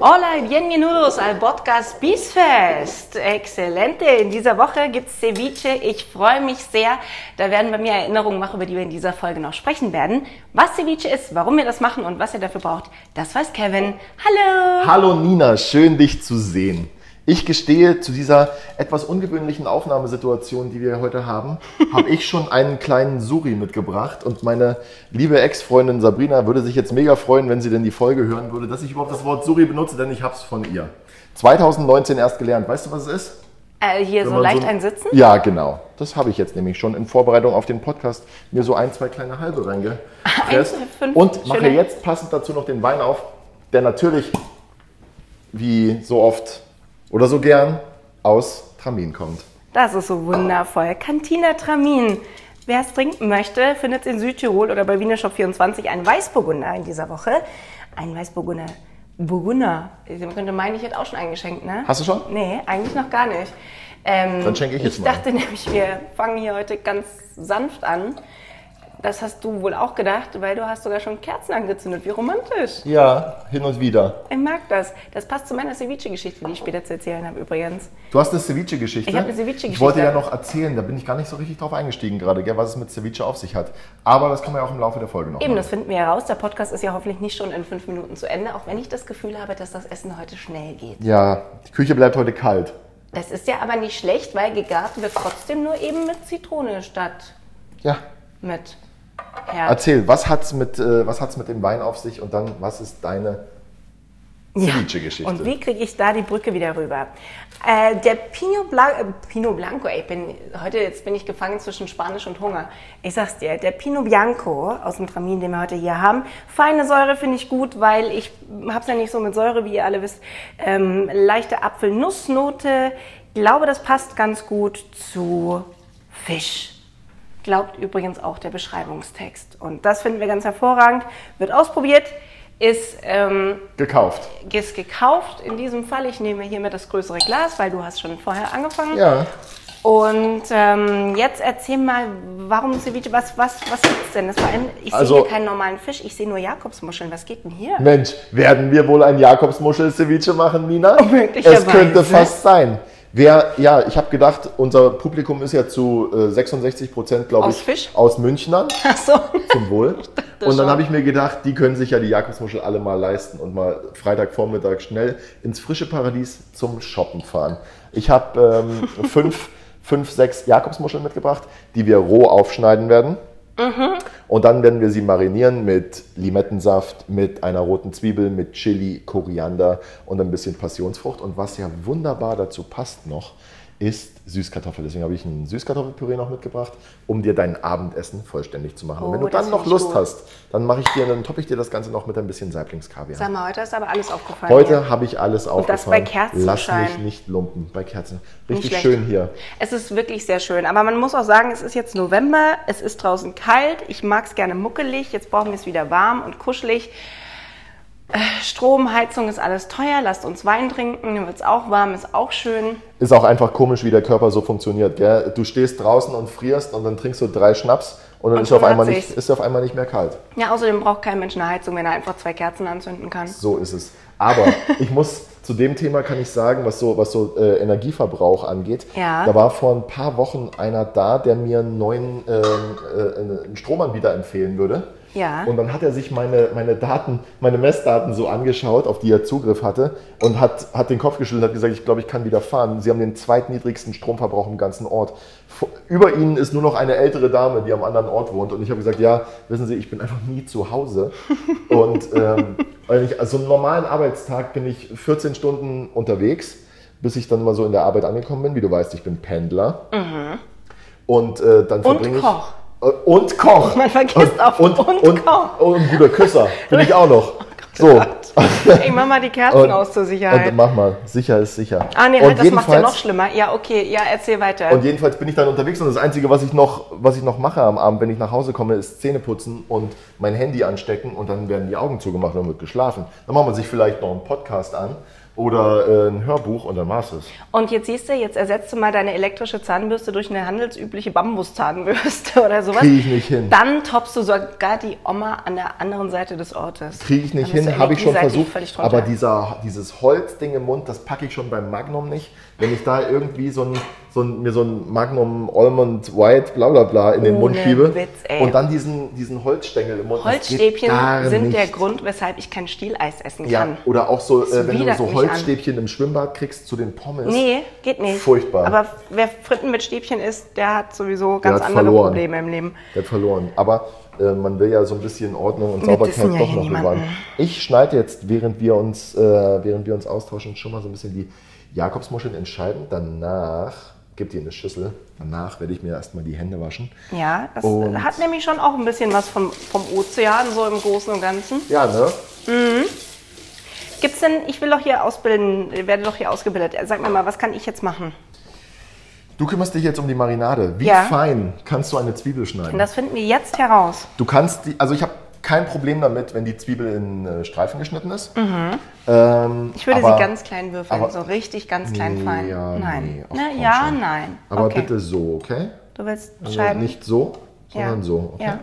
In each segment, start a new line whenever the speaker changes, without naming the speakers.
Hola y bienvenidos al podcast Beesfest. Exzellente. In dieser Woche gibt's Ceviche. Ich freue mich sehr. Da werden wir mir Erinnerungen machen, über die wir in dieser Folge noch sprechen werden. Was Ceviche ist, warum wir das machen und was ihr dafür braucht, das weiß Kevin. Hallo.
Hallo Nina, schön dich zu sehen. Ich gestehe, zu dieser etwas ungewöhnlichen Aufnahmesituation, die wir heute haben, habe ich schon einen kleinen Suri mitgebracht und meine liebe Ex-Freundin Sabrina würde sich jetzt mega freuen, wenn sie denn die Folge hören würde, dass ich überhaupt das Wort Suri benutze, denn ich hab's von ihr. 2019 erst gelernt. Weißt du, was es ist?
Äh, hier
Wenn
so
man
leicht
ein-
ein Sitzen.
Ja, genau. Das habe ich jetzt nämlich schon in Vorbereitung auf den Podcast mir so ein, zwei kleine halbe reingepresst.
Eins, fünf
Und mache
schöne-
jetzt passend dazu noch den Wein auf, der natürlich, wie so oft oder so gern, aus Tramin kommt.
Das ist so wundervoll. Cantina Tramin. Wer es trinken möchte, findet in Südtirol oder bei Wiener Shop 24 einen Weißburgunder in dieser Woche. Ein Weißburgunder. Burgunder. Man könnte meinen, ich hätte auch schon eingeschenkt, ne?
Hast du schon?
Nee, eigentlich noch gar nicht. Ähm,
Dann schenke ich jetzt
Ich
mal ein.
dachte nämlich, wir fangen hier heute ganz sanft an. Das hast du wohl auch gedacht, weil du hast sogar schon Kerzen angezündet. Wie romantisch.
Ja, hin und wieder.
Ich mag das. Das passt zu meiner Ceviche-Geschichte, die ich später zu erzählen habe übrigens.
Du hast eine Ceviche-Geschichte.
Ich habe eine Ceviche-Geschichte.
Ich wollte ja noch erzählen, da bin ich gar nicht so richtig drauf eingestiegen gerade, gell, was es mit Ceviche auf sich hat. Aber das kann man ja auch im Laufe der Folge noch
Eben,
machen.
das finden wir heraus. Der Podcast ist ja hoffentlich nicht schon in fünf Minuten zu Ende, auch wenn ich das Gefühl habe, dass das Essen heute schnell geht.
Ja, die Küche bleibt heute kalt.
Das ist ja aber nicht schlecht, weil gegart wird trotzdem nur eben mit Zitrone statt
Ja,
mit Herz.
Erzähl, was hat's mit, äh, was hat's mit dem Wein auf sich und dann, was ist deine Ceviche-Geschichte?
Und wie kriege ich da die Brücke wieder rüber? Äh, der Pinot, Blan äh, Pinot Blanco, ey, ich bin, heute jetzt bin ich gefangen zwischen Spanisch und Hunger. Ich sag's dir, der Pinot Bianco aus dem Tramin, den wir heute hier haben, feine Säure finde ich gut, weil ich hab's ja nicht so mit Säure, wie ihr alle wisst. Ähm, leichte Apfelnussnote, glaube, das passt ganz gut zu Fisch. Glaubt übrigens auch der Beschreibungstext. Und das finden wir ganz hervorragend. Wird ausprobiert, ist ähm,
Gekauft.
ist gekauft. In diesem Fall, ich nehme hiermit das größere Glas, weil du hast schon vorher angefangen.
Ja.
Und ähm, jetzt erzähl mal, warum Ceviche, was, was, was gibt's denn? Das war ein, ich
Also-
sehe hier keinen normalen Fisch, ich sehe nur Jakobsmuscheln. Was geht denn hier?
Mensch, werden wir wohl ein Jakobsmuschel-Ceviche machen, Nina?
möglicherweise.
Es könnte fast sein. Wer, ja, ich habe gedacht, unser Publikum ist ja zu äh, 66 Prozent, glaube
Aus
ich,
Fisch?
aus Münchnern.
Ach so.
zum Wohl.
dachte
Und dann
schon.
habe ich mir gedacht, die können sich ja die Jakobsmuschel alle mal leisten und mal Freitagvormittag schnell ins frische Paradies zum Shoppen fahren. Ich habe ähm, fünf, fünf, sechs Jakobsmuscheln mitgebracht, die wir roh aufschneiden werden. Und dann werden wir sie marinieren mit Limettensaft, mit einer roten Zwiebel, mit Chili, Koriander und ein bisschen Passionsfrucht. Und was ja wunderbar dazu passt noch, ist Süßkartoffel. Deswegen habe ich ein Süßkartoffelpüree noch mitgebracht, um dir dein Abendessen vollständig zu machen.
Oh,
Und wenn du
das
dann noch
finde ich gut.
Lust hast, dann mache ich dir, dann toppe ich dir das Ganze noch mit ein bisschen Saiblingskaviar.
Sag mal, heute ist aber alles aufgefallen. hier.
Heute habe ich alles aufgefahren.
das bei
Lass
Kerzenschein.
mich nicht lumpen. Bei Kerzen.
Nicht
Richtig
schlecht.
schön hier.
Es ist wirklich sehr schön, aber man muss auch sagen, es ist jetzt November, es ist draußen kalt, ich mag es gerne muckelig, jetzt brauchen wir es wieder warm und kuschelig. Äh, Strom, Heizung ist alles teuer, lasst uns Wein trinken, dann wird es auch warm, ist auch schön.
Ist auch einfach komisch, wie der Körper so funktioniert. Gell? Du stehst draußen und frierst und dann trinkst du drei Schnaps und dann
Und
ist, er auf
schon
einmal
hat
nicht,
sich's.
ist er auf einmal nicht mehr kalt.
Ja, außerdem braucht kein Mensch eine Heizung, wenn er einfach zwei Kerzen anzünden kann.
So ist es. Aber ich muss zu dem Thema kann ich sagen, was so, was so äh, Energieverbrauch angeht.
Ja.
Da war vor ein paar Wochen einer da, der mir einen neuen ähm, äh, einen Stromanbieter empfehlen würde.
Ja.
Und dann hat er sich meine, meine Daten, meine Messdaten so angeschaut, auf die er Zugriff hatte, und hat, hat den Kopf geschüttelt und hat gesagt, ich glaube, ich kann wieder fahren. Sie haben den zweitniedrigsten Stromverbrauch im ganzen Ort. Vor, über ihnen ist nur noch eine ältere Dame, die am anderen Ort wohnt. Und ich habe gesagt, ja, wissen Sie, ich bin einfach nie zu Hause. Und ähm, weil ich, also einen normalen Arbeitstag bin ich 14 Stunden unterwegs, bis ich dann mal so in der Arbeit angekommen bin. Wie du weißt, ich bin Pendler. Und äh, dann verbringe ich.
Koch.
Äh, Und Koch.
Man vergisst auch
und,
und Oh
und, oh,
Koch.
Und, guter Küsser bin ich auch noch. So,
Ich mach mal die Kerzen
Und-
aus zur Sicherheit.
und mach mal. Sicher ist sicher.
ah, nee,
und
halt, das macht ja noch schlimmer. Ja, okay, ja, erzähl weiter.
Und jedenfalls bin ich dann unterwegs und das Einzige, was ich noch, was ich noch mache am Abend, wenn ich nach Hause komme, ist Zähne putzen und mein Handy anstecken und dann werden die Augen zugemacht und dann wird geschlafen. Dann macht man sich vielleicht noch einen Podcast an oder äh, ein Hörbuch und dann war's es.
Und jetzt siehst du, jetzt ersetzt du mal deine elektrische Zahnbürste durch eine handelsübliche Bambuszahnbürste oder sowas.
Krieg ich nicht hin.
Dann toppst du sogar die Oma an der anderen Seite des Ortes.
Kriege ich nicht
Dann bist
hin,
du
habe ich schon
energieseitig
versucht.
völlig drunter.
Aber dieser, dieses Holzding im Mund, das packe ich schon beim Magnum nicht. Wenn ich da irgendwie so ein, so ein, mir so ein Magnum Almond White bla bla bla in den
Ohne
Mund schiebe
Witz, ey.
und dann diesen, diesen Holzstängel im Mund. das geht
Holzstäbchen
gar
sind der
nicht.
Grund, weshalb ich kein Stieleis essen
Ja,
kann.
oder auch so, äh, wenn du
widert
so
mich
Holzstäbchen im Schwimmbad kriegst zu den Pommes.
Nee, geht nicht.
Furchtbar.
Aber wer Fritten mit Stäbchen isst, der hat sowieso ganz
hat
andere
verloren.
Probleme im Leben.
Der hat verloren. Aber äh, man will ja so ein bisschen Ordnung und
Wir
Sauberkeit
dissen ja
doch
hier
noch
niemanden.
bewahren. Ich schneide jetzt, während wir uns, äh, während wir uns austauschen, schon mal so ein bisschen die Jakobsmuscheln in Scheiben. Danach, gib die in eine Schüssel, danach werde ich mir erstmal die Hände waschen.
Ja, das
Und-
hat nämlich schon auch ein bisschen was vom, vom Ozean, so im Großen und Ganzen.
Ja, ne?
Gibt's denn, ich will doch hier ausbilden, werde doch hier ausgebildet. Sag mir mal, was kann ich jetzt machen?
Du kümmerst dich jetzt um die Marinade. Wie
Ja.
fein kannst du eine Zwiebel schneiden?
Und das finden wir jetzt heraus.
Du kannst die, also ich habe kein Problem damit, wenn die Zwiebel in äh, Streifen geschnitten ist. Ähm,
Mhm. Ich würde
aber-
sie ganz klein würfeln,
aber-
so richtig ganz klein
Nee,
fein.
ja, nee.
nein.
Ach,
Na,
komm
ja,
schon.
nein.
Aber
okay.
bitte so, okay?
Du willst
Also
Scheiben?
nicht so,
Ja.
sondern so, okay?
Ja,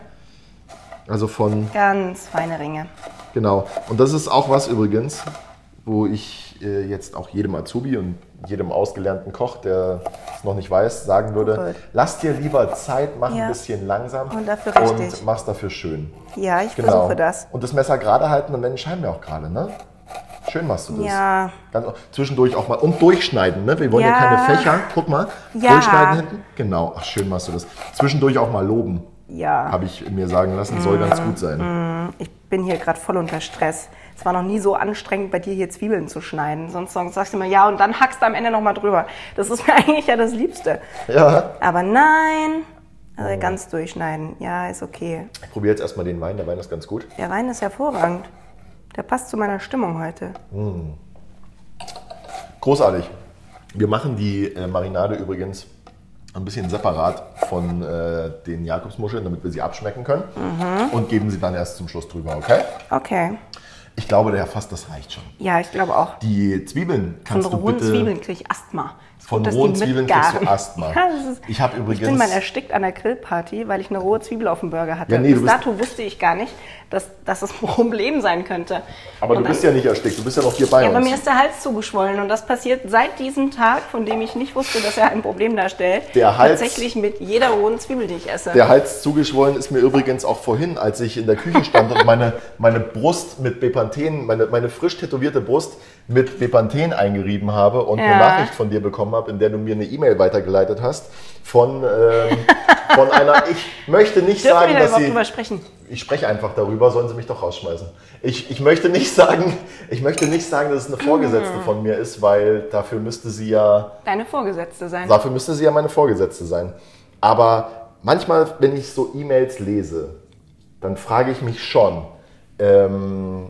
Also von,
ganz feine Ringe.
genau. Und das ist auch was übrigens, wo ich äh, jetzt auch jedem Azubi und jedem ausgelernten Koch, der es noch nicht weiß, sagen würde,
Gut.
lass dir lieber Zeit, mach
Oh Ja.
ein bisschen langsam
Und dafür richtig.
und mach's dafür schön.
Ja, ich
Genau.
versuche das.
Und das Messer gerade halten, dann werden die Scheiben ja auch gerade, ne? Schön machst du das.
Ja.
Ganz, zwischendurch auch mal. Und durchschneiden, ne? Wir wollen ja,
Ja.
keine Fächer. Guck mal.
Ja.
Durchschneiden hinten. Genau. Ach, schön machst du das. Zwischendurch auch mal loben.
Ja. Mm.
Habe ich mir sagen lassen, soll ganz gut sein.
Ich bin hier gerade voll unter Stress. Es war noch nie so anstrengend, bei dir hier Zwiebeln zu schneiden. Sonst sonst sagst du immer ja und dann hackst du am Ende nochmal drüber. Das ist mir eigentlich ja das Liebste.
Ja.
Aber nein, also ganz durchschneiden. Ja, ist okay.
Ich probiere jetzt erstmal den Wein. Der Wein ist ganz gut.
Der Wein ist hervorragend. Der passt zu meiner Stimmung heute.
Großartig. Wir machen die äh, Marinade übrigens ein bisschen separat von äh, den Jakobsmuscheln, damit wir sie abschmecken können.
Mhm.
Und geben sie dann erst zum Schluss drüber, okay?
Okay.
Ich glaube, der fast, das reicht schon.
Ja, ich glaube auch.
Die Zwiebeln
Von
kannst du
rohen
bitte.
Zwiebeln kriege ich Asthma. Ist
Von
gut, dass die
rohen Zwiebeln kriegst
mitgaren.
du Asthma.
Ja, das ist,
Ich habe
ich bin mal
übrigens.
erstickt an der Grillparty, weil ich eine rohe Zwiebel auf dem Burger hatte.
Ja, nee, du
Bis
bist-
dato wusste ich gar nicht, dass, dass das ein Problem sein könnte.
Aber du
Und
bist
dann-
ja nicht erstickt, du bist ja noch hier bei
Ja, aber
uns.
mir ist der Hals zugeschwollen und das passiert seit diesem Tag, von dem ich nicht wusste, dass er ein Problem darstellt.
Der Hals-
Tatsächlich mit jeder rohen Zwiebel, die ich esse.
der Hals zugeschwollen ist mir übrigens auch vorhin, als ich in der Küche stand und meine, meine Brust mit Bepanthen, meine, meine frisch tätowierte Brust mit Bepanthen eingerieben habe und eine
Ja.
Nachricht von dir bekommen habe, in der du mir eine E-Mail weitergeleitet hast von, ähm, von einer. Ich möchte nicht
Dürfen
sagen,
wir da
dass
überhaupt
sie.
drüber sprechen?
Ich spreche einfach darüber, sollen sie mich doch rausschmeißen. Ich, ich, möchte nicht sagen, ich möchte nicht sagen, dass es eine
Hm.
Vorgesetzte von mir ist, weil dafür müsste sie ja,
Deine Vorgesetzte sein.
dafür müsste sie ja meine Vorgesetzte sein. Aber manchmal, wenn ich so E-Mails lese, dann frage ich mich schon, ähm,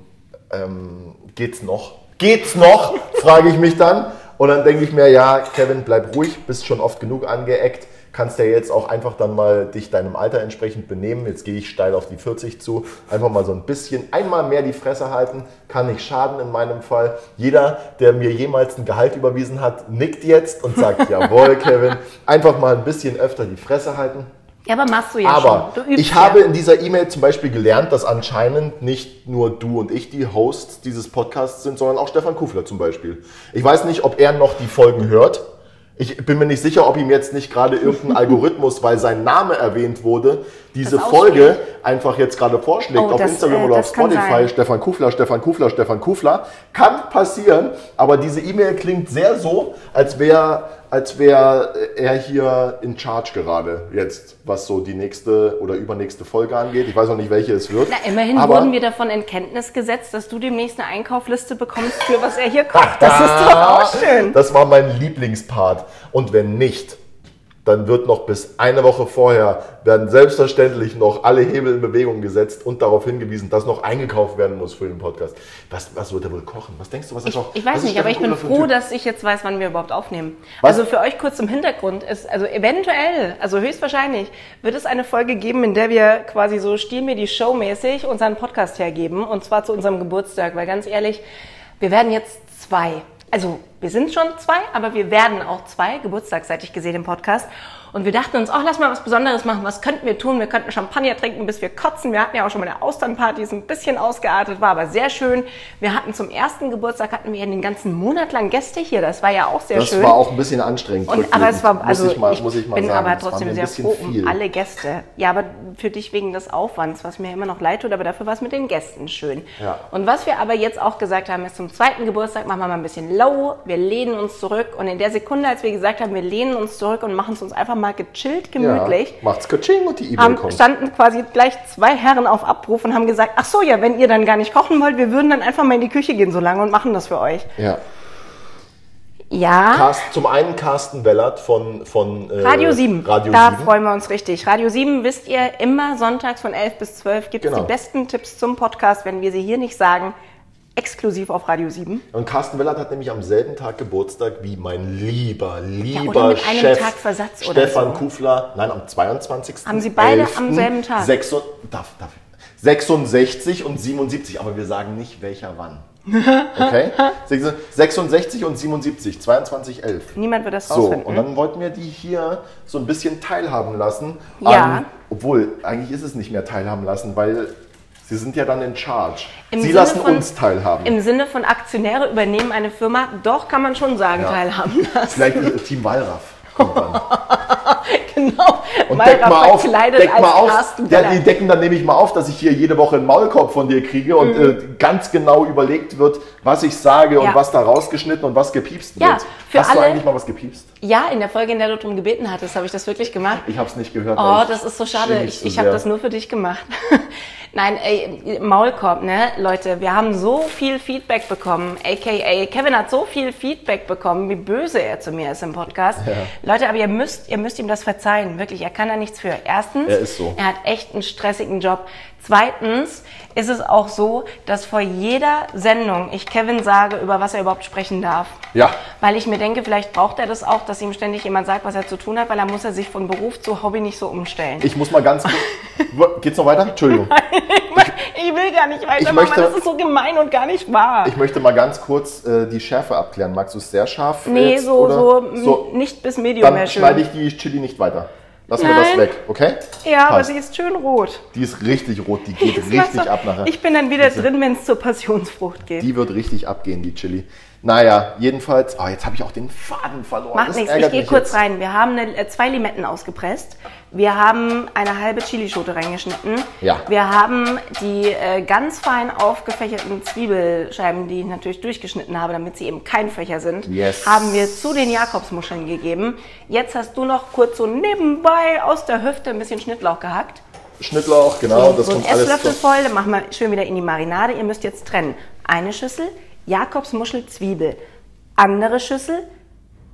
ähm, geht's noch? Geht's noch? frage ich mich dann. Und dann denke ich mir, ja, Kevin, bleib ruhig, bist schon oft genug angeeckt, kannst ja jetzt auch einfach dann mal dich deinem Alter entsprechend benehmen. Jetzt gehe ich steil auf die 40 zu, einfach mal so ein bisschen, einmal mehr die Fresse halten, kann nicht schaden in meinem Fall. Jeder, der mir jemals ein Gehalt überwiesen hat, nickt jetzt und sagt, jawohl, Kevin, einfach mal ein bisschen öfter die Fresse halten.
Ja, aber machst du ja
Aber
schon. Du übst
ich habe
ja.
in dieser E-Mail zum Beispiel gelernt, dass anscheinend nicht nur du und ich die Hosts dieses Podcasts sind, sondern auch Stefan Kufler zum Beispiel. Ich weiß nicht, ob er noch die Folgen hört. Ich bin mir nicht sicher, ob ihm jetzt nicht gerade irgendein Algorithmus, weil sein Name erwähnt wurde, diese
Das
Folge einfach jetzt gerade vorschlägt
Oh,
auf
das,
Instagram
äh,
oder auf
das kann
Spotify.
sein.
Stefan Kufler, Stefan Kufler, Stefan Kufler. Kann passieren, aber diese E-Mail klingt sehr so, als wäre als wär äh, er hier in Charge gerade jetzt, was so die nächste oder übernächste Folge angeht. Ich weiß noch nicht, welche es wird.
Na, immerhin
aber
wurden wir davon in Kenntnis gesetzt, dass du demnächst eine Einkaufsliste bekommst, für was
Ah.
er hier kocht. Das ist doch auch schön.
Das war mein Lieblingspart. Und wenn nicht, dann wird noch bis eine Woche vorher werden selbstverständlich noch alle Hebel in Bewegung gesetzt und darauf hingewiesen, dass noch eingekauft werden muss für den Podcast. Was, was wird er wohl kochen? Was denkst du, was er
Ich,
kocht?
ich
Was
weiß
ist
nicht, aber ich
Stefan
bin
Kuhler für
froh,
ein Typ?
dass ich jetzt weiß, wann wir überhaupt aufnehmen.
Was?
Also für euch kurz zum Hintergrund ist, also eventuell, also höchstwahrscheinlich, wird es eine Folge geben, in der wir quasi so Stil mir die Show mäßig unseren Podcast hergeben. Und zwar zu unserem Geburtstag, weil ganz ehrlich, wir werden jetzt zwei. Also wir sind schon zwei, aber wir werden auch zwei, geburtstagsseitig gesehen im Podcast. Und wir dachten uns, oh, lass mal was Besonderes machen. Was könnten wir tun? Wir könnten Champagner trinken, bis wir kotzen. Wir hatten ja auch schon mal eine Austernparty, die ist ein bisschen ausgeartet, war aber sehr schön. Wir hatten zum ersten Geburtstag, hatten wir den ganzen Monat lang Gäste hier. Das war ja auch sehr
Das
schön.
war auch ein bisschen anstrengend.
Und,
rückblickend,
aber es war, also
muss ich mal, muss ich mal
bin
sagen.
aber
Es war mir
trotzdem
ein
sehr
bisschen
froh um
viel.
alle Gäste. Ja, aber für dich wegen des Aufwands, was mir immer noch leid tut, aber dafür war es mit den Gästen schön.
Ja.
Und was wir aber jetzt auch gesagt haben, ist zum zweiten Geburtstag machen wir mal ein bisschen low, wir lehnen uns zurück und in der Sekunde, als wir gesagt haben, wir lehnen uns zurück und machen es uns einfach mal gechillt, gemütlich,
Ja, macht's Kaching und die E-Mail
haben,
kommt.
standen quasi gleich zwei Herren auf Abruf und haben gesagt, ach so, ja, wenn ihr dann gar nicht kochen wollt, wir würden dann einfach mal in die Küche gehen so lange und machen das für euch.
Ja.
Ja.
Carsten, zum einen Carsten Wellert von, von äh,
Radio 7.
Radio
da
7.
freuen wir uns richtig. Radio 7 wisst ihr, immer sonntags von 11 bis 12 gibt es
Genau.
die besten Tipps zum Podcast, wenn wir sie hier nicht sagen, exklusiv auf Radio 7.
Und Carsten Wellert hat nämlich am selben Tag Geburtstag wie mein lieber, lieber
oder mit einem
Chef
Tag Versatz oder
Stefan
so.
Kufler. Nein, am 22.
Haben Sie beide am selben Tag?
6, darf, darf, ich? 66 und 77, aber wir sagen nicht welcher wann. Okay? 66 und 77, 22, 11.
Niemand wird das
So,
rausfinden.
und dann wollten wir die hier so ein bisschen teilhaben lassen.
Ja.
An, obwohl, eigentlich ist es nicht mehr teilhaben lassen, weil sie sind ja dann in charge.
Im
sie
Sinne
lassen
von-
uns teilhaben.
Im Sinne von Aktionäre übernehmen eine Firma, doch kann man schon sagen,
Ja.
teilhaben lassen.
Vielleicht ist Team Wallraff. kommt dann.
genau.
Und
Mayra
deck mal auf,
verkleidet
deck
als
mal auf.
Carsten
Der,
Keller.
die decken dann nämlich mal auf, dass ich hier jede Woche einen Maulkorb von dir kriege und äh, ganz genau überlegt wird, was ich sage
Mhm. Ja.
und was da rausgeschnitten und was gepiepst
Ja,
wird.
für
Hast
alle-
du eigentlich mal was gepiepst?
Ja, in der Folge, in der du darum gebeten hattest, habe ich das wirklich gemacht.
Ich habe es nicht gehört.
Oh,
weil ich
das ist so schade.
schäme mich
Ich,
so
ich habe
sehr.
das nur für dich gemacht. Nein, ey, Maulkorb, ne? Leute, wir haben so viel Feedback bekommen. AKA, Kevin hat so viel Feedback bekommen, wie böse er zu mir ist im Podcast. Leute, aber ihr müsst, ihr müsst ihm das verzeihen. Wirklich, er kann da nichts für. Erstens,
Er ist so.
er hat echt einen stressigen Job. Zweitens ist es auch so, dass vor jeder Sendung ich Kevin sage, über was er überhaupt sprechen darf.
Ja.
Weil ich mir denke, vielleicht braucht er das auch, dass ihm ständig jemand sagt, was er zu tun hat, weil dann muss er sich von Beruf zu Hobby nicht so umstellen.
Ich muss mal ganz kurz. Wo- Geht's noch weiter? Entschuldigung.
Ich will gar nicht
Ich
weitermachen,
möchte-
das ist so gemein und gar nicht wahr.
Ich möchte mal ganz kurz äh, die Schärfe abklären. Magst du es sehr scharf?
nee,
jetzt,
so,
oder?
so, m- nicht bis Medium
Dann schneide ich die Chili nicht weiter. Lass mir das
Nein.
weg, okay?
Ja, aber
Passt.
sie ist schön rot.
Die ist richtig rot, die geht
Das
richtig
macht so-
ab nachher.
Ich bin dann wieder
Also-
drin, wenn es zur Passionsfrucht geht.
Die wird richtig abgehen, die Chili. Naja, jedenfalls. Oh, jetzt habe ich auch den Faden verloren.
Macht
Das
nichts, ich
ärgert
gehe
mich
kurz
jetzt.
rein. Wir haben eine, äh, zwei Limetten ausgepresst. Wir haben eine halbe Chilischote reingeschnitten.
Ja.
Wir haben die äh, ganz fein aufgefächerten Zwiebelscheiben, die ich natürlich durchgeschnitten habe, damit sie eben kein Fächer sind,
Yes.
haben wir zu den Jakobsmuscheln gegeben. Jetzt hast du noch kurz so nebenbei aus der Hüfte ein bisschen Schnittlauch gehackt.
Schnittlauch, genau, das
so ein
kommt alles
Esslöffel
zu.
voll, dann machen wir schön wieder in die Marinade. Ihr müsst jetzt trennen. Eine Schüssel Jakobsmuschel Zwiebel, andere Schüssel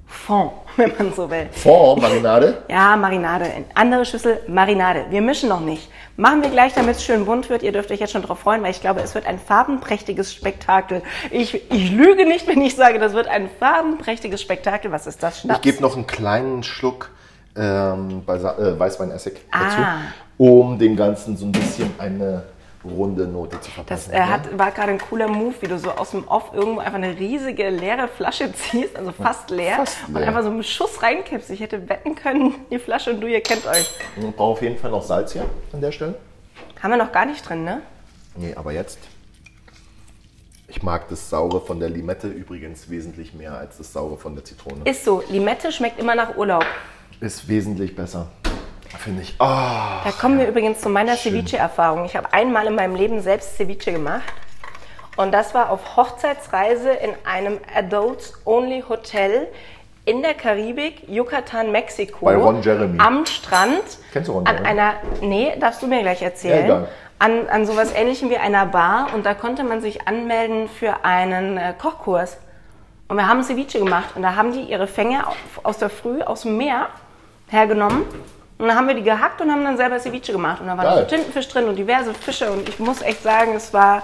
Fond, wenn man so will.
Fond, Marinade.
Ja, Marinade. In Andere Schüssel Marinade. Wir mischen noch nicht. Machen wir gleich, damit es schön bunt wird. Ihr dürft euch jetzt schon drauf freuen, weil ich glaube, es wird ein farbenprächtiges Spektakel. Ich, ich lüge nicht, wenn ich sage, das wird ein farbenprächtiges Spektakel. Was ist das? Schnaps?
Ich gebe noch einen kleinen Schluck ähm, Balsa- äh, Weißweinessig dazu,
Ah.
um dem Ganzen so ein bisschen eine runde Note zu
Das
verpassen.
äh, hat, war gerade ein cooler Move, wie du so aus dem Off irgendwo einfach eine riesige leere Flasche ziehst, also fast leer,
Fast
und
leer.
einfach so einen Schuss reinkippst. Ich hätte wetten können, die Flasche und du, ihr kennt euch.
Mhm. Ich brauche auf jeden Fall noch Salz hier an der Stelle.
Haben wir noch gar nicht drin, ne?
Nee, aber jetzt. Ich mag das Saure von der Limette übrigens wesentlich mehr als das Saure von der Zitrone.
Ist so, Limette schmeckt immer nach Urlaub.
Ist wesentlich besser, finde ich. Ah,
Da kommen wir übrigens zu meiner Ceviche-Erfahrung. Ich habe einmal in meinem Leben selbst Ceviche gemacht. Und das war auf Hochzeitsreise in einem Adults-Only-Hotel in der Karibik, Yucatan, Mexiko.
Bei Ron Jeremy.
Am Strand.
Kennst du Ron
An
Jeremy?
einer, nee, darfst du mir gleich
Ja,
erzählen.
egal.
an, an sowas ähnlichem wie einer Bar. Und da konnte man sich anmelden für einen äh, Kochkurs. Und wir haben Ceviche gemacht. Und da haben die ihre Fänge auf- aus der Früh aus dem Meer hergenommen. Und dann haben wir die gehackt und haben dann selber Ceviche gemacht. Und da war
Geil.
noch so Tintenfisch drin und diverse Fische. Und ich muss echt sagen, es war,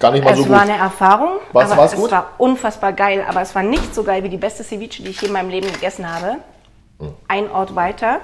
Gar nicht mal
es
so
war
gut.
eine Erfahrung.
Was-
aber
war's
es
gut?
war unfassbar geil. Aber es war nicht so geil wie die beste Ceviche, die ich je in meinem Leben gegessen habe.
Hm.
Ein Ort weiter.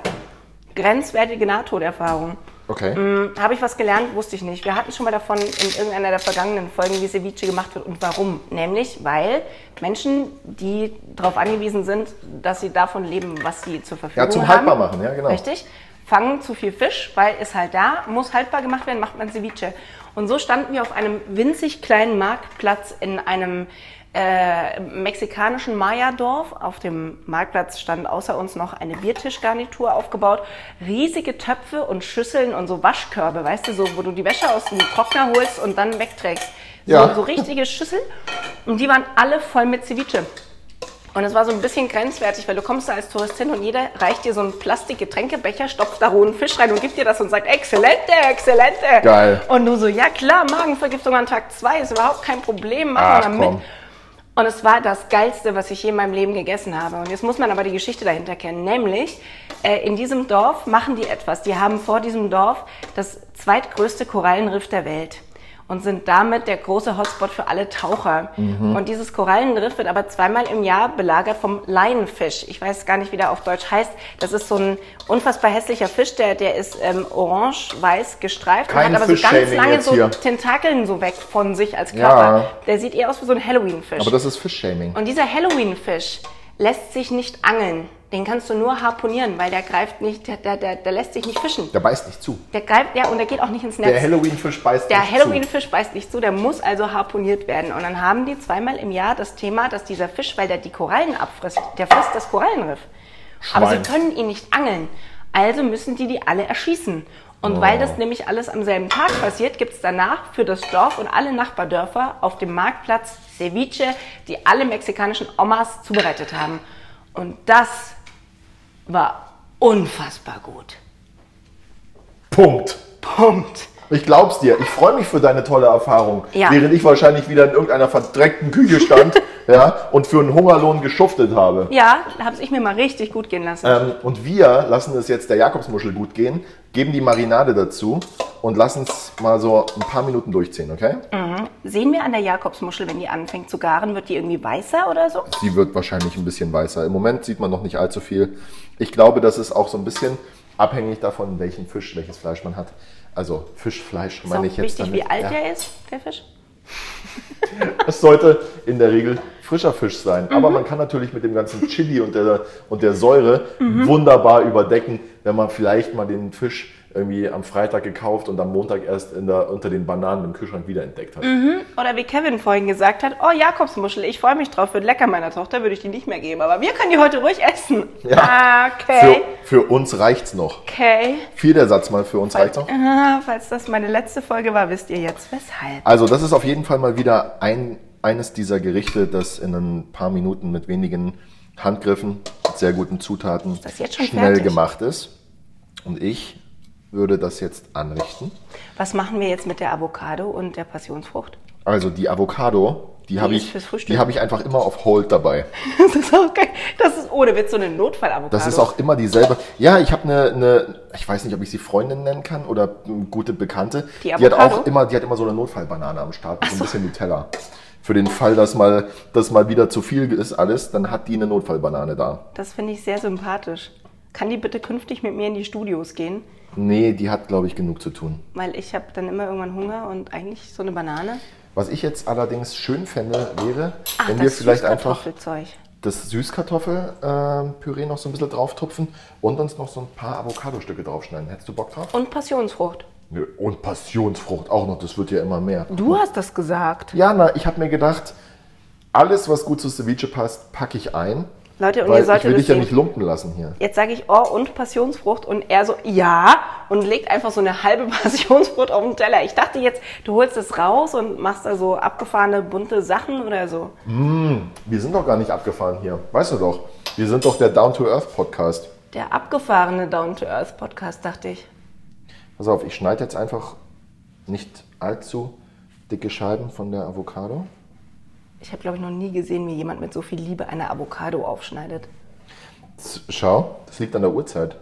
Grenzwertige Nahtoderfahrung.
Okay.
Ähm, Habe ich was gelernt? Wusste ich nicht. Wir hatten schon mal davon in irgendeiner der vergangenen Folgen, wie Ceviche gemacht wird und warum. Nämlich, weil Menschen, die darauf angewiesen sind, dass sie davon leben, was sie zur Verfügung
Ja, zum
haben.
haltbar machen, ja, genau.
Richtig. Fangen zu viel Fisch, weil ist halt da, muss haltbar gemacht werden, macht man Ceviche. Und so standen wir auf einem winzig kleinen Marktplatz in einem äh, mexikanischen Maya-Dorf. Auf dem Marktplatz stand außer uns noch eine Biertischgarnitur aufgebaut. Riesige Töpfe und Schüsseln und so Waschkörbe, weißt du, so, wo du die Wäsche aus dem Trockner holst und dann wegträgst. So,
Ja.
so richtige Schüsseln. Und die waren alle voll mit Ceviche. Und es war so ein bisschen grenzwertig, weil du kommst da als Tourist hin und jeder reicht dir so einen Plastikgetränkebecher, stopft da rohen Fisch rein und gibt dir das und sagt, exzellente, exzellente.
Geil.
Und du so, ja klar, Magenvergiftung an Tag 2 ist überhaupt kein Problem, mach
Ach,
mal mit.
komm.
Und es war das Geilste, was ich je in meinem Leben gegessen habe. Und jetzt muss man aber die Geschichte dahinter kennen. Nämlich, äh, in diesem Dorf machen die etwas. Die haben vor diesem Dorf das zweitgrößte Korallenriff der Welt und sind damit der große Hotspot für alle Taucher.
Mhm.
Und dieses Korallenriff wird aber zweimal im Jahr belagert vom Laienfisch. Ich weiß gar nicht, wie der auf Deutsch heißt. Das ist so ein unfassbar hässlicher Fisch, der, der ist ähm, orange-weiß gestreift
Kein
und hat aber so ganz
Fischshaming
lange
jetzt
so
hier.
Tentakeln so weg von sich als
Ja.
Körper. Der sieht eher aus wie so ein Halloween-Fisch.
Aber das ist Fischshaming.
Und dieser Halloween-Fisch lässt sich nicht angeln. Den kannst du nur harponieren, weil der greift nicht, der, der, der, der lässt sich nicht fischen.
Der beißt nicht zu.
Der greift, ja, und der geht auch nicht ins Netz.
Der Halloween-Fisch beißt
Der
nicht zu.
Halloween-Fisch beißt nicht zu, der muss also harponiert werden. Und dann haben die zweimal im Jahr das Thema, dass dieser Fisch, weil der die Korallen abfrisst, der frisst das Korallenriff. Aber sie
Schwein.
können ihn nicht angeln. Also müssen die die alle erschießen. Und weil das nämlich alles am selben Tag passiert, gibt es danach für das Dorf und alle Nachbardörfer auf dem Marktplatz Ceviche, die alle mexikanischen Omas zubereitet haben. Und das war unfassbar gut.
Punkt.
Punkt.
Ich glaub's dir. Ich freue mich für deine tolle Erfahrung.
Ja.
Während ich wahrscheinlich wieder in irgendeiner verdreckten Küche stand ja, und für einen Hungerlohn geschuftet habe.
Ja, hab's ich mir mal richtig gut gehen lassen.
Ähm, und wir lassen es jetzt der Jakobsmuschel gut gehen, geben die Marinade dazu und lassen es mal so ein paar Minuten durchziehen, okay?
Sehen wir an der Jakobsmuschel, wenn die anfängt zu garen, wird die irgendwie weißer oder so?
Die wird wahrscheinlich ein bisschen weißer. Im Moment sieht man noch nicht allzu viel. Ich glaube, das ist auch so ein bisschen abhängig davon, welchen Fisch, welches Fleisch man hat. Also Fischfleisch
Ist auch
meine ich jetzt
wichtig,
damit.
wie alt
Ja.
der ist, der Fisch.
Es sollte in der Regel frischer Fisch sein. Aber
Mhm.
man kann natürlich mit dem ganzen Chili und der, und der Säure
Mhm.
wunderbar überdecken, wenn man vielleicht mal den Fisch irgendwie am Freitag gekauft und am Montag erst in der, unter den Bananen im Kühlschrank wiederentdeckt hat.
Mhm. Oder wie Kevin vorhin gesagt hat, oh Jakobsmuschel, ich freue mich drauf, wird lecker meiner Tochter, würde ich die nicht mehr geben, aber wir können die heute ruhig essen.
Ja.
Ah, Okay,
Für, für uns reicht's noch.
okay.
Viel der Satz mal, für uns reicht's noch.
Ah, falls das meine letzte Folge war, wisst ihr jetzt weshalb.
Also das ist auf jeden Fall mal wieder ein, eines dieser Gerichte, das in ein paar Minuten mit wenigen Handgriffen, mit sehr guten Zutaten
das jetzt schon
schnell
fertig?
gemacht ist. Und ich würde das jetzt anrichten.
Was machen wir jetzt mit der Avocado und der Passionsfrucht?
Also die Avocado, die habe
ist
ich,
fürs Frühstück.
die habe ich einfach immer auf Hold dabei.
Das ist auch geil. Das ist ohne Witz so eine Notfall-Avocado.
Das ist auch immer dieselbe. Ja, ich habe eine, eine, ich weiß nicht, ob ich sie Freundin nennen kann oder m, gute Bekannte.
Die
hat
Avocado?
auch immer, die hat immer so eine Notfallbanane am Start mit so ein bisschen Nutella. Für den Fall, dass mal, dass mal wieder zu viel ist alles, dann hat die eine Notfallbanane da.
Das finde ich sehr sympathisch. Kann die bitte künftig mit mir in die Studios gehen?
Nee, die hat, glaube ich, genug zu tun.
Weil ich habe dann immer irgendwann Hunger und eigentlich so eine Banane.
Was ich jetzt allerdings schön fände, wäre, wenn wir
Ah, das
vielleicht einfach
Süßkartoffelzeug.
das Süßkartoffelpüree noch so ein bisschen drauf tupfen und uns noch so ein paar Avocadostücke draufschneiden. Hättest du Bock drauf?
Und Passionsfrucht.
Nö, Und Passionsfrucht auch noch, das wird ja immer mehr.
Du hast das gesagt.
Ja, na, ich habe mir gedacht, alles, was gut zu Ceviche passt, packe ich ein.
Leute, und
weil
ihr solltet
ich will
das
dich ja
sehen.
nicht lumpen lassen hier.
Jetzt sage ich, oh, und Passionsfrucht. Und er so, ja. Und legt einfach so eine halbe Passionsfrucht auf den Teller. Ich dachte jetzt, du holst es raus und machst da so abgefahrene, bunte Sachen oder so.
Wir sind doch gar nicht abgefahren hier. Weißt du doch, wir sind doch der Down-to-Earth-Podcast.
Der abgefahrene Down-to-Earth-Podcast, dachte ich.
Pass auf, ich schneide jetzt einfach nicht allzu dicke Scheiben von der Avocado.
Ich habe, glaube ich, noch nie gesehen, wie jemand mit so viel Liebe eine Avocado aufschneidet.
S- Schau, das liegt an der Uhrzeit.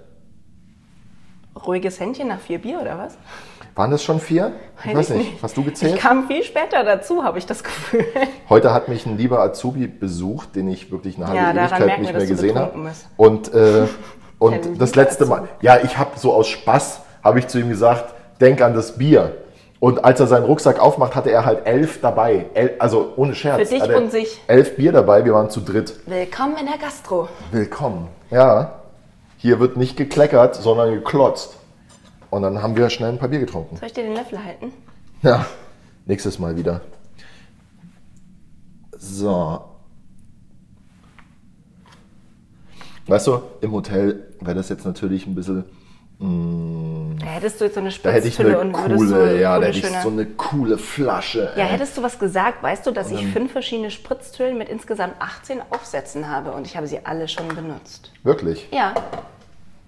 Ruhiges Händchen nach vier Bier oder was?
Waren das schon vier? Ich weiß nicht. Hast du gezählt?
Ich kam viel später dazu, habe ich das Gefühl.
Heute hat mich ein lieber Azubi besucht, den ich wirklich eine halbe
Ja, daran
Ewigkeit
merken
nicht
wir,
mehr
dass du
gesehen
betrunken
habe.
bist.
Und, äh,
Der
und
liebe
das letzte Mal, ja, ich habe so aus Spaß, habe ich zu ihm gesagt, denk an das Bier. Und als er seinen Rucksack aufmacht, hatte er halt elf dabei. El, also ohne Scherz.
Für dich
Hatte er
und sich.
Elf Bier dabei, wir waren zu dritt.
Willkommen in der Gastro.
Willkommen. Ja, hier wird nicht gekleckert, sondern geklotzt. Und dann haben wir schnell ein paar Bier getrunken.
Soll ich dir den Löffel halten?
Ja, nächstes Mal wieder. So. Weißt du, im Hotel wäre das jetzt natürlich ein bisschen.
Da hättest du jetzt so eine
Da hätte ich eine
Spitzfülle und würdest so
coole, ja, da
coole,
hätte ich
schöne-
so eine coole Flasche.
Ja,
ey.
hättest du was gesagt, weißt du, dass ich fünf verschiedene Spritztüllen mit insgesamt 18 Aufsätzen habe und ich habe sie alle schon benutzt.
Wirklich.
Ja,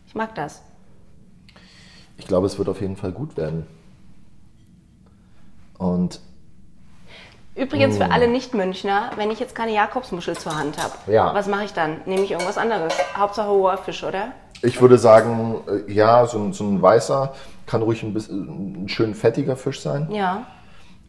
ich mag das.
Ich glaube, es wird auf jeden Fall gut werden. Und
Übrigens
Oh.
für alle Nicht-Münchner, wenn ich jetzt keine Jakobsmuschel zur Hand habe,
Ja.
was mache ich dann? Nehme ich irgendwas anderes? Hauptsache hoher Fisch, oder?
ich würde sagen, äh, ja, so, ein- so ein weißer kann ruhig ein bisschen ein schön fettiger Fisch sein.
Ja.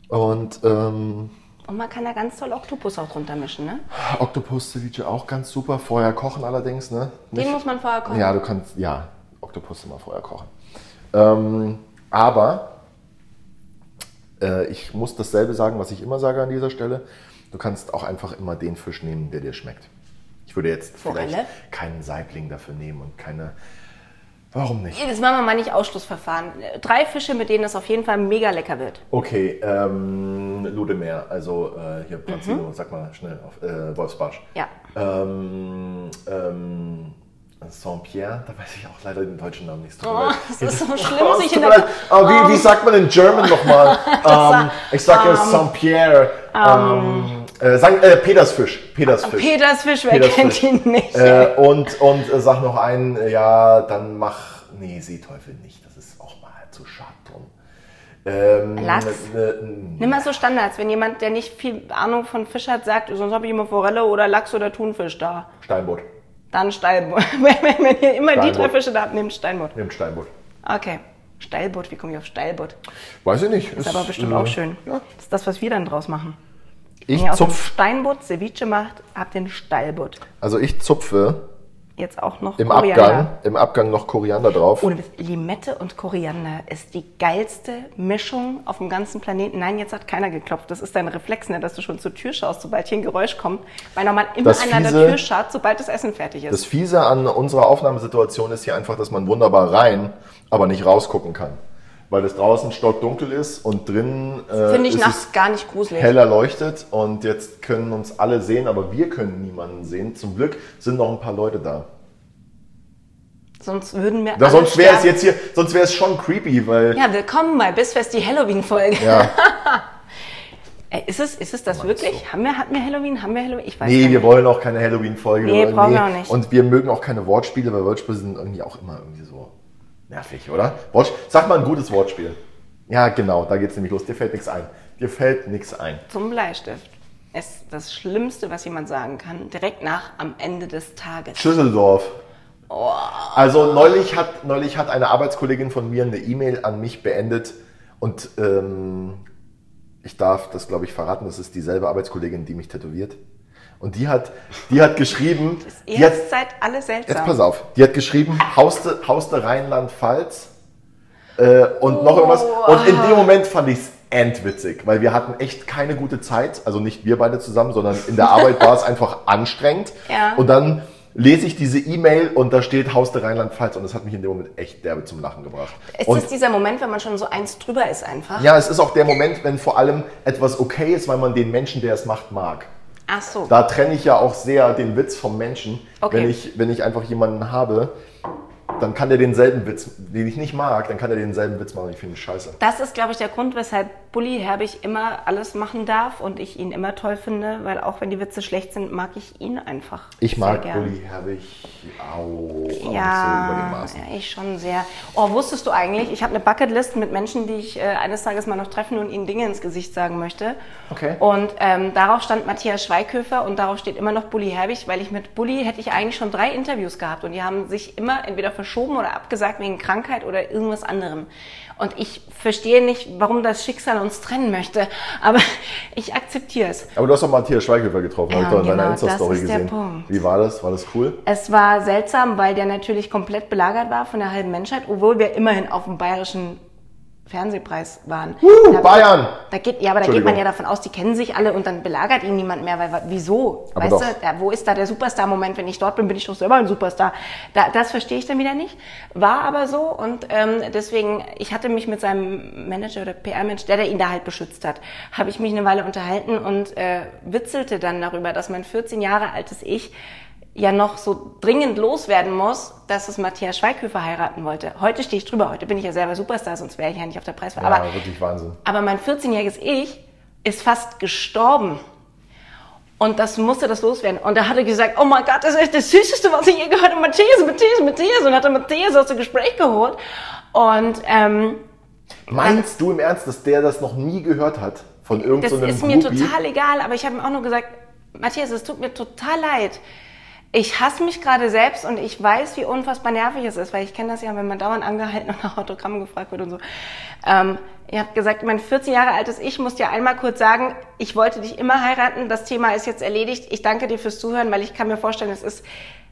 Und ähm,
Und man kann da ganz toll Oktopus auch drunter mischen, ne?
Oktopus Ceviche auch ganz super. Vorher kochen allerdings, ne?
Den muss man vorher kochen.
Ja, du kannst, ja, Oktopus immer vorher kochen. Ähm, aber äh, ich muss dasselbe sagen, was ich immer sage an dieser Stelle. Du kannst auch einfach immer den Fisch nehmen, der dir schmeckt. Ich würde jetzt
Forelle?
vielleicht keinen Saibling dafür nehmen und keine. Warum nicht?
Jetzt machen wir mal nicht Ausschlussverfahren. Drei Fische, mit denen es auf jeden Fall mega lecker wird.
Okay, ähm, Ludemeer, also äh, hier Branzino, sag mal schnell auf äh, Wolfsbarsch.
Mhm. Ja.
Ähm, ähm, Saint-Pierre, da weiß ich auch leider den deutschen Namen nicht.
Oh, es ist so schlimm, sich in der... Ähm.
der oh, wie, wie sagt man in German nochmal? ähm, ich sag ja Saint-Pierre. Ähm, äh, Sankt- äh, Petersfisch. Petersfisch.
Peters Fisch, wer
Petersfisch.
kennt ihn nicht?
Äh, und und äh, sag noch einen, äh, ja, dann mach. Nee, Seeteufel nicht. Das ist auch mal zu schade drum. Ähm,
Lachs?
äh, n-
Nimm mal so Standards, wenn jemand, der nicht viel Ahnung von Fisch hat, sagt, sonst habe ich immer Forelle oder Lachs oder Thunfisch da.
Steinbutt.
Dann Steilbutt. Wenn, wenn, wenn ihr immer die drei
Steilbutt.
Fische da habt, nehmt Steinbutt.
Nimm Steinbutt.
Okay. Steilbutt, wie komme ich auf Steilbutt?
Weiß ich nicht.
Ist aber bestimmt
äh,
auch schön. Das ist das, was wir dann draus machen.
Ich
Wenn ihr aus dem
zupf,
Steinbutt Ceviche macht, habt den Steilbutt.
also ich zupfe
Jetzt auch noch
im
Koriander.
Abgang, im Abgang noch Koriander drauf.
Ohne Witz, Limette und Koriander ist die geilste Mischung auf dem ganzen Planeten. Nein, jetzt hat keiner geklopft. Das ist dein Reflex, ne, dass du schon zur Tür schaust, sobald hier ein Geräusch kommt. Weil normal immer
Das
einer an der
fiese-
Tür schaut, sobald das Essen fertig ist.
Das Fiese an unserer Aufnahmesituation ist hier einfach, dass man wunderbar rein, aber nicht rausgucken kann. Weil es draußen stockdunkel ist und drinnen äh,
Finde ich
ist
nachts
es
gar nicht gruselig.
hell erleuchtet und jetzt können uns alle sehen, aber wir können niemanden sehen. Zum Glück sind noch ein paar Leute da.
Sonst würden wir
da
alle
sonst wäre es
sterben.
jetzt hier, sonst wäre es schon creepy, weil
Ja, willkommen bei Bissfest, die Halloween-Folge.
ja,
Äh, Ist es, ist es das wirklich? Haben wir, hatten wir Halloween? Haben wir Halloween? Ich weiß
nee,
gar
wir
nicht.
wollen auch keine Halloween-Folge.
Nee,
wollen-
brauchen wir auch nicht.
Und wir mögen auch keine Wortspiele, weil Wortspiele sind irgendwie auch immer irgendwie so nervig, oder? Wortsch Sag mal ein gutes Wortspiel. Ja, genau, da geht's nämlich los. Dir fällt nichts ein. Dir fällt nichts ein.
Zum Bleistift. Ist das Schlimmste, was jemand sagen kann, direkt nach am Ende des Tages. Oh.
Schüsseldorf. Also neulich hat, neulich hat eine Arbeitskollegin von mir eine E-Mail an mich beendet und ähm, ich darf das, glaube ich, verraten, das ist dieselbe Arbeitskollegin, die mich tätowiert. Und die hat, die hat geschrieben,
Ihr
die hat-
seid alle seltsam.
Jetzt pass auf. Die hat geschrieben, hauste, hauste Rheinland-Pfalz äh, und noch irgendwas.
Oh.
Und in dem Moment fand ich es endwitzig, weil wir hatten echt keine gute Zeit. Also nicht wir beide zusammen, sondern in der Arbeit war es einfach anstrengend.
Ja.
Und dann lese ich diese E-Mail und da steht hauste Rheinland-Pfalz und das hat mich in dem Moment echt derbe zum Lachen gebracht.
Ist
und
das dieser Moment, wenn man schon so eins drüber ist einfach?
ja, es ist auch der Moment, wenn vor allem etwas okay ist, weil man den Menschen, der es macht, mag.
Ach so.
Da trenne ich ja auch sehr den Witz vom Menschen,
Okay.
wenn, ich, wenn ich einfach jemanden habe, dann kann der denselben Witz, den ich nicht mag, dann kann der denselben Witz machen. Ich finde ihn scheiße.
Das ist, glaube ich, der Grund, weshalb Bulli Herbig immer alles machen darf und ich ihn immer toll finde, weil auch wenn die Witze schlecht sind, mag ich ihn einfach.
Ich mag
sehr gern.
Bulli Herbig au, auch nicht so über die
Ja,
Maßen.
ja, ich schon sehr. Oh, wusstest du eigentlich, ich habe eine Bucketlist mit Menschen, die ich äh, eines Tages mal noch treffen und ihnen Dinge ins Gesicht sagen möchte.
Okay.
Und ähm, darauf stand Matthias Schweighöfer und darauf steht immer noch Bulli Herbig, weil ich mit Bulli hätte ich eigentlich schon drei Interviews gehabt und die haben sich immer entweder verschoben oder abgesagt wegen Krankheit oder irgendwas anderem. Und ich verstehe nicht, warum das Schicksal uns trennen möchte, aber ich akzeptiere es.
Aber du hast doch Matthias Schweighöfer getroffen, habe
Ja,
ich doch in deiner
genau, das
Insta-Story
ist der
gesehen.
Punkt.
Wie war das? War das cool?
Es war seltsam, weil der natürlich komplett belagert war von der halben Menschheit, obwohl wir immerhin auf dem bayerischen Fernsehpreis waren.
Wuhu,
Da-
Bayern!
Da geht, ja, aber da geht man
Entschuldigung.
ja davon aus, die kennen sich alle und dann belagert ihn niemand mehr, weil wa- wieso?
Aber
weißt
doch.
du, da, wo ist da der Superstar-Moment? Wenn ich dort bin, bin ich doch selber ein Superstar. Da, das verstehe ich dann wieder nicht. War aber so und ähm, deswegen, ich hatte mich mit seinem Manager oder PR-Mensch, der, der ihn da halt beschützt hat, habe ich mich eine Weile unterhalten und äh, witzelte dann darüber, dass mein 14 Jahre altes Ich ja noch so dringend loswerden muss, dass es Matthias Schweighöfer heiraten wollte. Heute stehe ich drüber, heute bin ich ja selber Superstar, sonst wäre ich ja nicht auf der Preiswahl. aber
ja, wirklich Wahnsinn.
aber mein 14-jähriges Ich ist fast gestorben. Und das musste das loswerden. Und er hatte gesagt, oh mein Gott, das ist das Süßeste, was ich je gehört habe. Matthias, Matthias, Matthias. Und hatte Matthias aus dem Gespräch geholt. Und ähm,
Meinst du im Ernst, dass der das noch nie gehört hat? Von irgendeinem
das
so einem
ist mir
Groupie?
total egal. Aber ich habe ihm auch nur gesagt, Matthias, es tut mir total leid. Ich hasse mich gerade selbst und ich weiß, wie unfassbar nervig es ist, weil ich kenne das ja, wenn man dauernd angehalten und nach Autogrammen gefragt wird und so. Ähm, ich habe gesagt, mein 14 Jahre altes Ich muss dir einmal kurz sagen, ich wollte dich immer heiraten, das Thema ist jetzt erledigt. Ich danke dir fürs Zuhören, weil ich kann mir vorstellen, es ist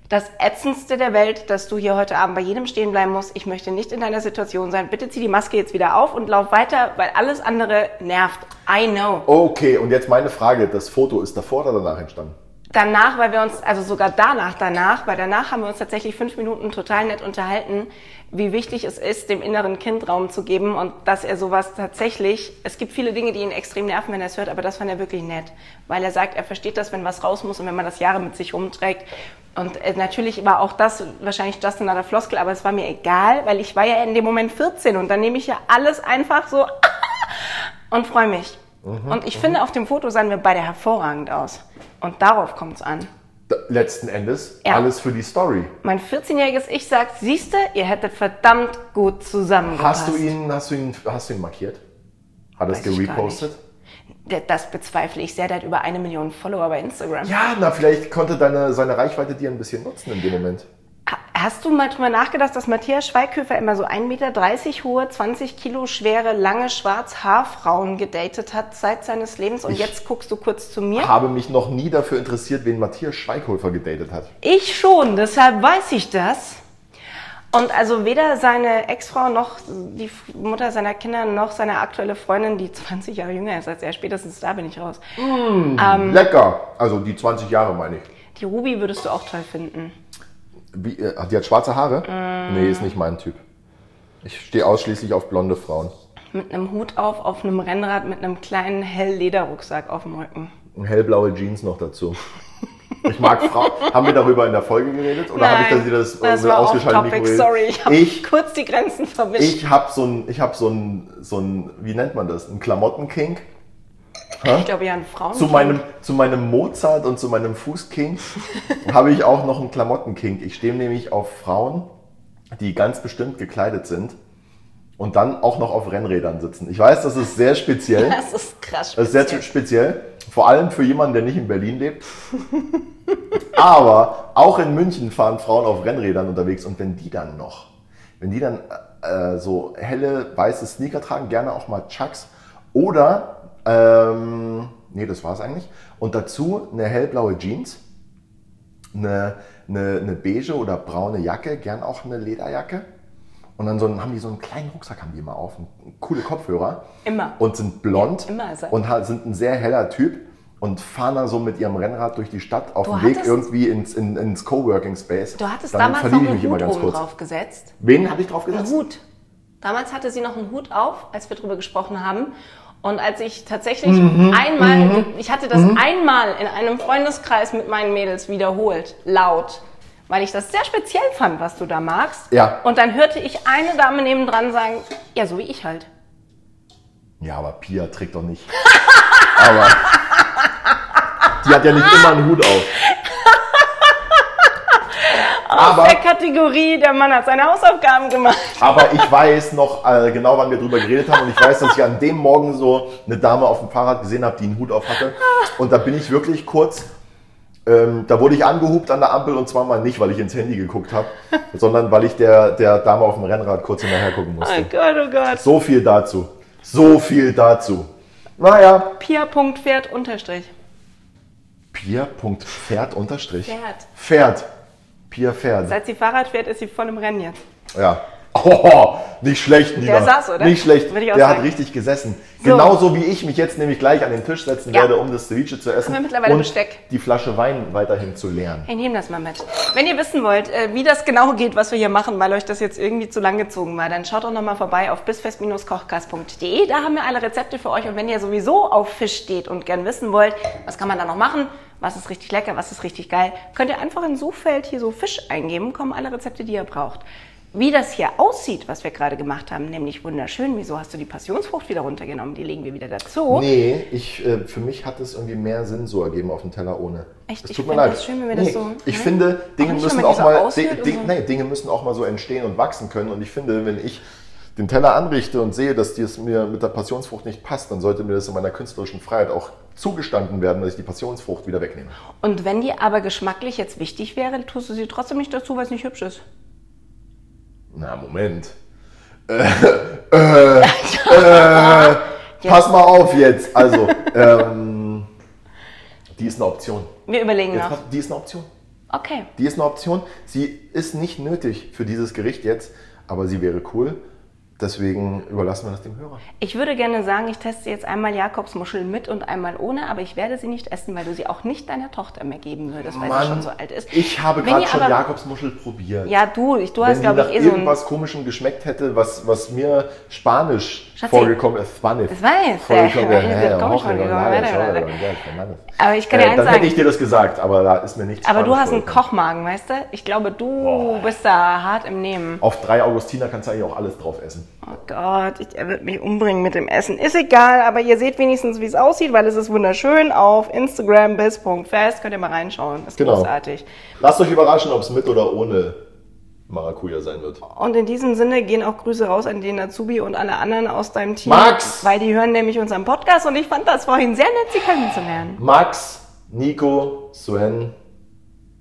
das ätzendste der Welt, dass du hier heute Abend bei jedem stehen bleiben musst. Ich möchte nicht in deiner Situation sein. Bitte zieh die Maske jetzt wieder auf und lauf weiter, weil alles andere nervt. I know.
Okay, und jetzt meine Frage. Das Foto ist davor oder danach entstanden?
Danach, weil wir uns, also sogar danach, danach, weil danach haben wir uns tatsächlich fünf Minuten total nett unterhalten, wie wichtig es ist, dem inneren Kind Raum zu geben und dass er sowas tatsächlich, es gibt viele Dinge, die ihn extrem nerven, wenn er es hört, aber das fand er wirklich nett, weil er sagt, er versteht das, wenn was raus muss und wenn man das Jahre mit sich rumträgt. Und äh, natürlich war auch das wahrscheinlich Justin an der Floskel, aber es war mir egal, weil ich war ja in dem Moment 14 und dann nehme ich ja alles einfach so und freue mich. und ich finde, auf dem Foto sahen wir beide hervorragend aus. Und darauf kommt es an.
Da- Letzten Endes
Ja.
alles für die Story.
Mein 14-jähriges Ich sagt, siehste, ihr hättet verdammt gut zusammengepasst.
Hast du, ihn, hast, du ihn, hast du ihn markiert? Hat er es
Weiß ich gar
gerepostet?
D- Das bezweifle ich sehr, der hat über eine Million Follower bei Instagram.
Ja, na, vielleicht konnte deine, seine Reichweite dir ein bisschen nutzen in dem Moment.
Ha- Hast du mal drüber nachgedacht, dass Matthias Schweighöfer immer so 1,30 Meter hohe, 20 Kilo schwere, lange Schwarzhaarfrauen gedatet hat seit seines Lebens und
Ich-
jetzt guckst du kurz zu mir?
Habe mich noch nie dafür interessiert, wen Matthias Schweighöfer gedatet hat.
Ich schon, deshalb weiß ich das. Und also weder seine Ex-Frau noch die F- Mutter seiner Kinder noch seine aktuelle Freundin, die 20 Jahre jünger ist als er, spätestens da bin ich raus.
Mm.
Ähm,
Lecker! Also die 20 Jahre meine ich.
Die Ruby würdest du auch toll finden.
Wie, äh, die hat schwarze Haare?
Mm.
Nee, ist nicht mein Typ. Ich stehe ausschließlich auf blonde Frauen.
Mit einem Hut auf, auf einem Rennrad, mit einem kleinen Hell-Lederrucksack auf dem Rücken.
Und hellblaue Jeans noch dazu. Ich mag Frauen. haben wir darüber in der Folge geredet? Oder habe ich
Nein,
das wieder das,
das
äh,
war
ausgeschaltet?
off-topic,
Mikro-
sorry. Ich habe
ich,
kurz die Grenzen verwischt.
ich habe so ein, ich habe so ein, so ein, wie nennt man das? Ein Klamottenkink.
Ich glaube, ja, ein Frauen.
Zu meinem, zu meinem Mozart und zu meinem Fußkink habe ich auch noch einen Klamottenkink. Ich stehe nämlich auf Frauen, die ganz bestimmt gekleidet sind und dann auch noch auf Rennrädern sitzen. Ich weiß, das ist sehr speziell.
Das ist krass.
Das ist sehr
speziell.
speziell, vor allem für jemanden, der nicht in Berlin lebt. Aber auch in München fahren Frauen auf Rennrädern unterwegs und wenn die dann noch, wenn die dann äh, so helle weiße Sneaker tragen, gerne auch mal Chucks oder, ähm, nee, das war's eigentlich, und dazu eine hellblaue Jeans, eine, eine, eine beige oder braune Jacke, gern auch eine Lederjacke. Und dann so einen, haben die so einen kleinen Rucksack, haben die immer auf, und coole Kopfhörer.
Immer.
Und sind blond
Ja, immer also ist er.
und ha- sind ein sehr heller Typ und fahren da so mit ihrem Rennrad durch die Stadt auf
Du
dem Weg
hattest-
irgendwie ins, in, ins Coworking Space.
Du hattest
Dann
damals noch
verliebe ich
einen
mich immer
Hut
ganz
oben
kurz.
drauf gesetzt.
Wen habe ich drauf
einen
gesetzt?
Hut. Damals hatte sie noch einen Hut auf, als wir drüber gesprochen haben. Und als ich tatsächlich einmal, Mhm. ich hatte das einmal in einem Freundeskreis mit meinen Mädels wiederholt, laut, weil ich das sehr speziell fand, was du da magst.
Ja.
Und dann hörte ich eine Dame nebendran sagen, ja, so wie ich halt.
Ja, aber Pia trägt doch nicht. aber die hat ja nicht immer einen Hut auf. aber,
Der Kategorie, der Mann hat seine Hausaufgaben gemacht.
aber ich weiß noch äh, genau, wann wir drüber geredet haben. Und ich weiß, dass ich an dem Morgen so eine Dame auf dem Fahrrad gesehen habe, die einen Hut auf hatte. Und da bin ich wirklich kurz. Ähm, da wurde ich angehupt an der Ampel und zwar mal nicht, weil ich ins Handy geguckt habe, sondern weil ich der, der Dame auf dem Rennrad kurz hinterher gucken musste.
Oh Gott, oh Gott.
So viel dazu. So viel dazu. Naja.
Pia.pferd unterstrich.
Pia.pferd unterstrich.
Pferd.
Pferd. Pia Pferd.
Seit sie Fahrrad fährt, ist sie voll im Rennen jetzt.
Ja. Oh, nicht schlecht, Nina.
saß, oder?
Nicht schlecht.
Würde ich
Der
auch
hat
sagen.
richtig gesessen. Genauso wie ich mich jetzt nämlich gleich an den Tisch setzen
Ja.
werde, um das Ceviche zu essen.
Haben wir mittlerweile
und
Besteck.
die Flasche Wein weiterhin zu leeren.
Ich nehme das mal mit. Wenn ihr wissen wollt, äh, wie das genau geht, was wir hier machen, weil euch das jetzt irgendwie zu lang gezogen war, dann schaut doch nochmal vorbei auf bisfest-kochkast.de. Da haben wir alle Rezepte für euch. Und wenn ihr sowieso auf Fisch steht und gern wissen wollt, was kann man da noch machen, was ist richtig lecker, was ist richtig geil, könnt ihr einfach ins Suchfeld hier so Fisch eingeben, kommen alle Rezepte, die ihr braucht. Wie das hier aussieht, was wir gerade gemacht haben, nämlich wunderschön. Wieso hast du die Passionsfrucht wieder runtergenommen? Die legen wir wieder dazu.
Nee, ich, äh, für mich hat es irgendwie mehr Sinn so ergeben auf dem Teller ohne.
Echt?
Es
Ich
tut mir
fänd
leid.
das schön, wenn wir das so-
ich
ne?
finde, Dinge
Auch nicht, wenn
müssen
man die
auch
so
mal,
aushöhlt
Di-
und
Di-
so.
nee, Dinge müssen auch mal so entstehen und wachsen können. Und ich finde, wenn ich den Teller anrichte und sehe, dass dies mir mit der Passionsfrucht nicht passt, dann sollte mir das in meiner künstlerischen Freiheit auch zugestanden werden, dass ich die Passionsfrucht wieder wegnehme.
Und wenn dir aber geschmacklich jetzt wichtig wäre, tust du sie trotzdem nicht dazu, weil es nicht hübsch ist.
Na, Moment. Äh, äh, äh, pass mal auf jetzt. Also, ähm, die ist eine Option.
Wir überlegen
Jetzt,
noch.
pass- die ist eine Option.
Okay.
Die ist eine Option. Sie ist nicht nötig für dieses Gericht jetzt, aber sie wäre cool. Deswegen überlassen wir das dem Hörer.
Ich würde gerne sagen, ich teste jetzt einmal Jakobsmuscheln mit und einmal ohne, aber ich werde sie nicht essen, weil du sie auch nicht deiner Tochter mehr geben würdest, weil sie schon so alt ist.
ich habe
Wenn
gerade
ihr
schon
aber-
Jakobsmuschel probiert.
Ja, du, ich, du
Wenn
hast,
die
glaube
nach
ich, eh so ein...
irgendwas komischem geschmeckt hätte, was, was mir spanisch
Schatzi,
vorgekommen ist, Spanisch.
das weiß er.
Vorgekommen wäre,
Ja,
hä,
komm
hoffentlich,
schon, wir kommen
Hernandez,
weiter,
Hernandez,
weiter.
Hernandez, Hernandez.
Aber ich kann
Äh,
dir eins
Dann
sagen.
hätte ich dir das gesagt, aber da ist mir nichts
Aber du
Spanisch
hast einen
vorgekommen.
Kochmagen, weißt du? Ich glaube, du bist da hart im Nehmen.
Auf drei Augustiner kannst du eigentlich auch alles drauf essen.
Oh Gott, ich, er wird mich umbringen mit dem Essen. Ist egal, aber ihr seht wenigstens, wie es aussieht, weil es ist wunderschön. Auf Instagram bis.fest könnt ihr mal reinschauen. Ist
Genau.
großartig.
Lasst euch überraschen, ob es mit oder ohne Maracuja sein wird.
Und in diesem Sinne gehen auch Grüße raus an den Azubi und alle anderen aus deinem Team.
Max!
Weil die hören nämlich unseren Podcast und ich fand das vorhin sehr nett, sie kennenzulernen.
Max, Nico, Sven,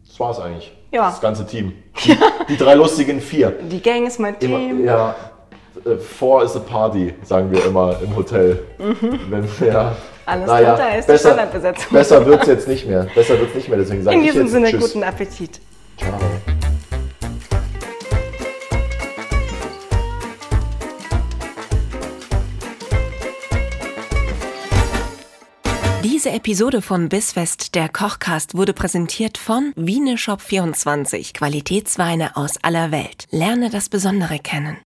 das war's eigentlich.
Ja.
Das ganze Team. Die, die drei lustigen vier.
Die Gang ist mein
Immer,
Team.
ja, äh, four is a party, sagen wir immer im Hotel. Wenn ja.
Mhm. Alles drunter ist die Standardbesetzung.
Besser wird's jetzt nicht mehr. Besser wird's nicht mehr, deswegen sage
In
ich
diesem
jetzt
Sinne,
Tschüss.
guten Appetit.
Ciao.
Diese Episode von Bissfest, der Kochcast, wurde präsentiert von Wieneshop24, Qualitätsweine aus aller Welt. Lerne das Besondere kennen.